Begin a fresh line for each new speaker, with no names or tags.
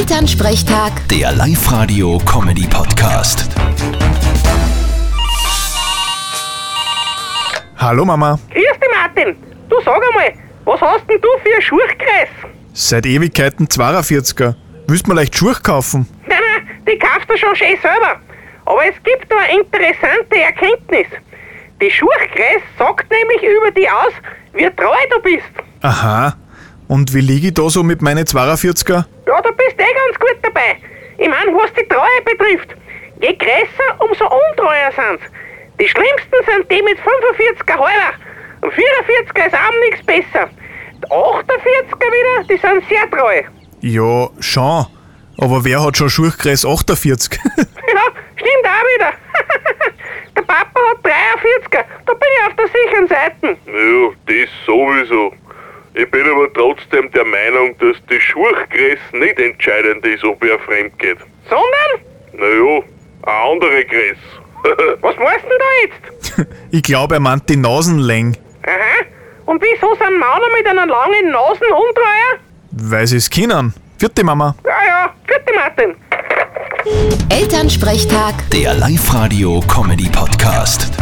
Elternsprechtag,
Der Live-Radio-Comedy-Podcast.
Hallo Mama,
Grüß dich, Martin. Du sag einmal, was hast denn du für einen Schurchkreis?
seit Ewigkeiten 42er. Willst mir leicht Schuhe kaufen?
Nein, nein, die kaufst du schon schön selber. Aber es gibt da eine interessante Erkenntnis. Die Schurchkreis sagt nämlich über dich aus, wie treu du bist.
Aha, und wie liege ich da so mit meinen 42er?
Ja, du bist eh ganz gut dabei. Ich mein, was die Treue betrifft. Je größer, umso untreuer sind's. Die schlimmsten sind die mit 45er halber. Und 44er ist auch nichts besser. Die 48er wieder, die sind sehr treu.
Ja, schon. Aber wer hat schon Schuhkreis 48?
Ja, stimmt auch wieder. Der Papa hat 43er. Da bin ich auf der sicheren Seite.
Ja, das sowieso. Ich bin aber trotzdem der Meinung, dass die Schurchgräß nicht entscheidend ist, ob er fremd geht.
Sondern?
Naja, eine andere Gräß.
Was meinst denn da jetzt?
ich glaube, er meint die Nasenläng,
Aha. Und wieso sind Männer mit einer langen Nase untreuer?
weil sie es kennen. Vierte Mama.
Ja, ja. Vierte Martin.
Elternsprechtag.
Der Live-Radio-Comedy-Podcast.